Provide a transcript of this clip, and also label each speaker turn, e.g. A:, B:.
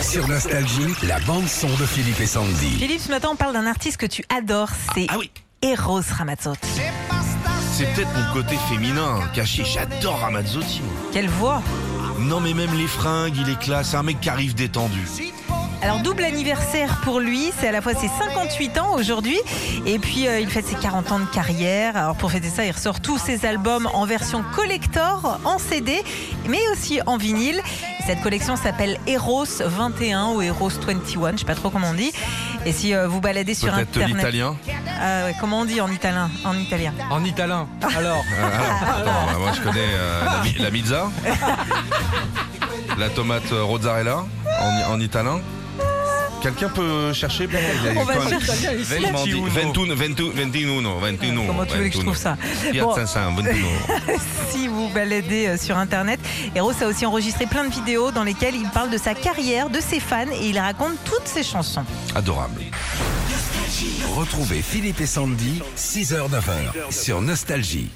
A: Sur Nostalgie, la bande-son de Philippe et Sandy.
B: Philippe, ce matin, on parle d'un artiste que tu adores, c'est
C: Ah oui,
B: Eros Ramazzotti.
C: c'est peut-être mon côté féminin hein, caché. J'adore Ramazzotti. moi.
B: Quelle voix
C: Non, mais même les fringues, il est classe. C'est un mec qui arrive détendu.
B: Alors, double anniversaire pour lui, c'est à la fois ses 58 ans aujourd'hui, et puis euh, il fête ses 40 ans de carrière. Alors, pour fêter ça, il ressort tous ses albums en version collector, en CD, mais aussi en vinyle. Cette collection s'appelle Eros 21 ou Eros 21, je sais pas trop comment on dit. Et si euh, vous baladez sur
C: Peut-être
B: Internet...
C: l'italien.
B: Ah ouais, comment on dit en italien En italien.
D: En italien. Alors,
C: Ah, alors, attends, moi je connais euh, la, mi- la pizza, la tomate euh, mozzarella en, en italien. Quelqu'un peut chercher bon, il y a- il y a
B: On va
C: quand même-
B: chercher.
C: Venti- Ventuno, ventu- ventuno, ventuno,
B: Comment tu veux que je
C: ventuno.
B: trouve ça
C: Fiat
B: Bon.
C: 500, ventuno.
B: si vous baladez euh, sur internet. Eros a aussi enregistré plein de vidéos dans lesquelles il parle de sa carrière, de ses fans et il raconte toutes ses chansons.
C: Adorable.
A: Retrouvez Philippe et Sandy, 6h-9h, sur Nostalgie.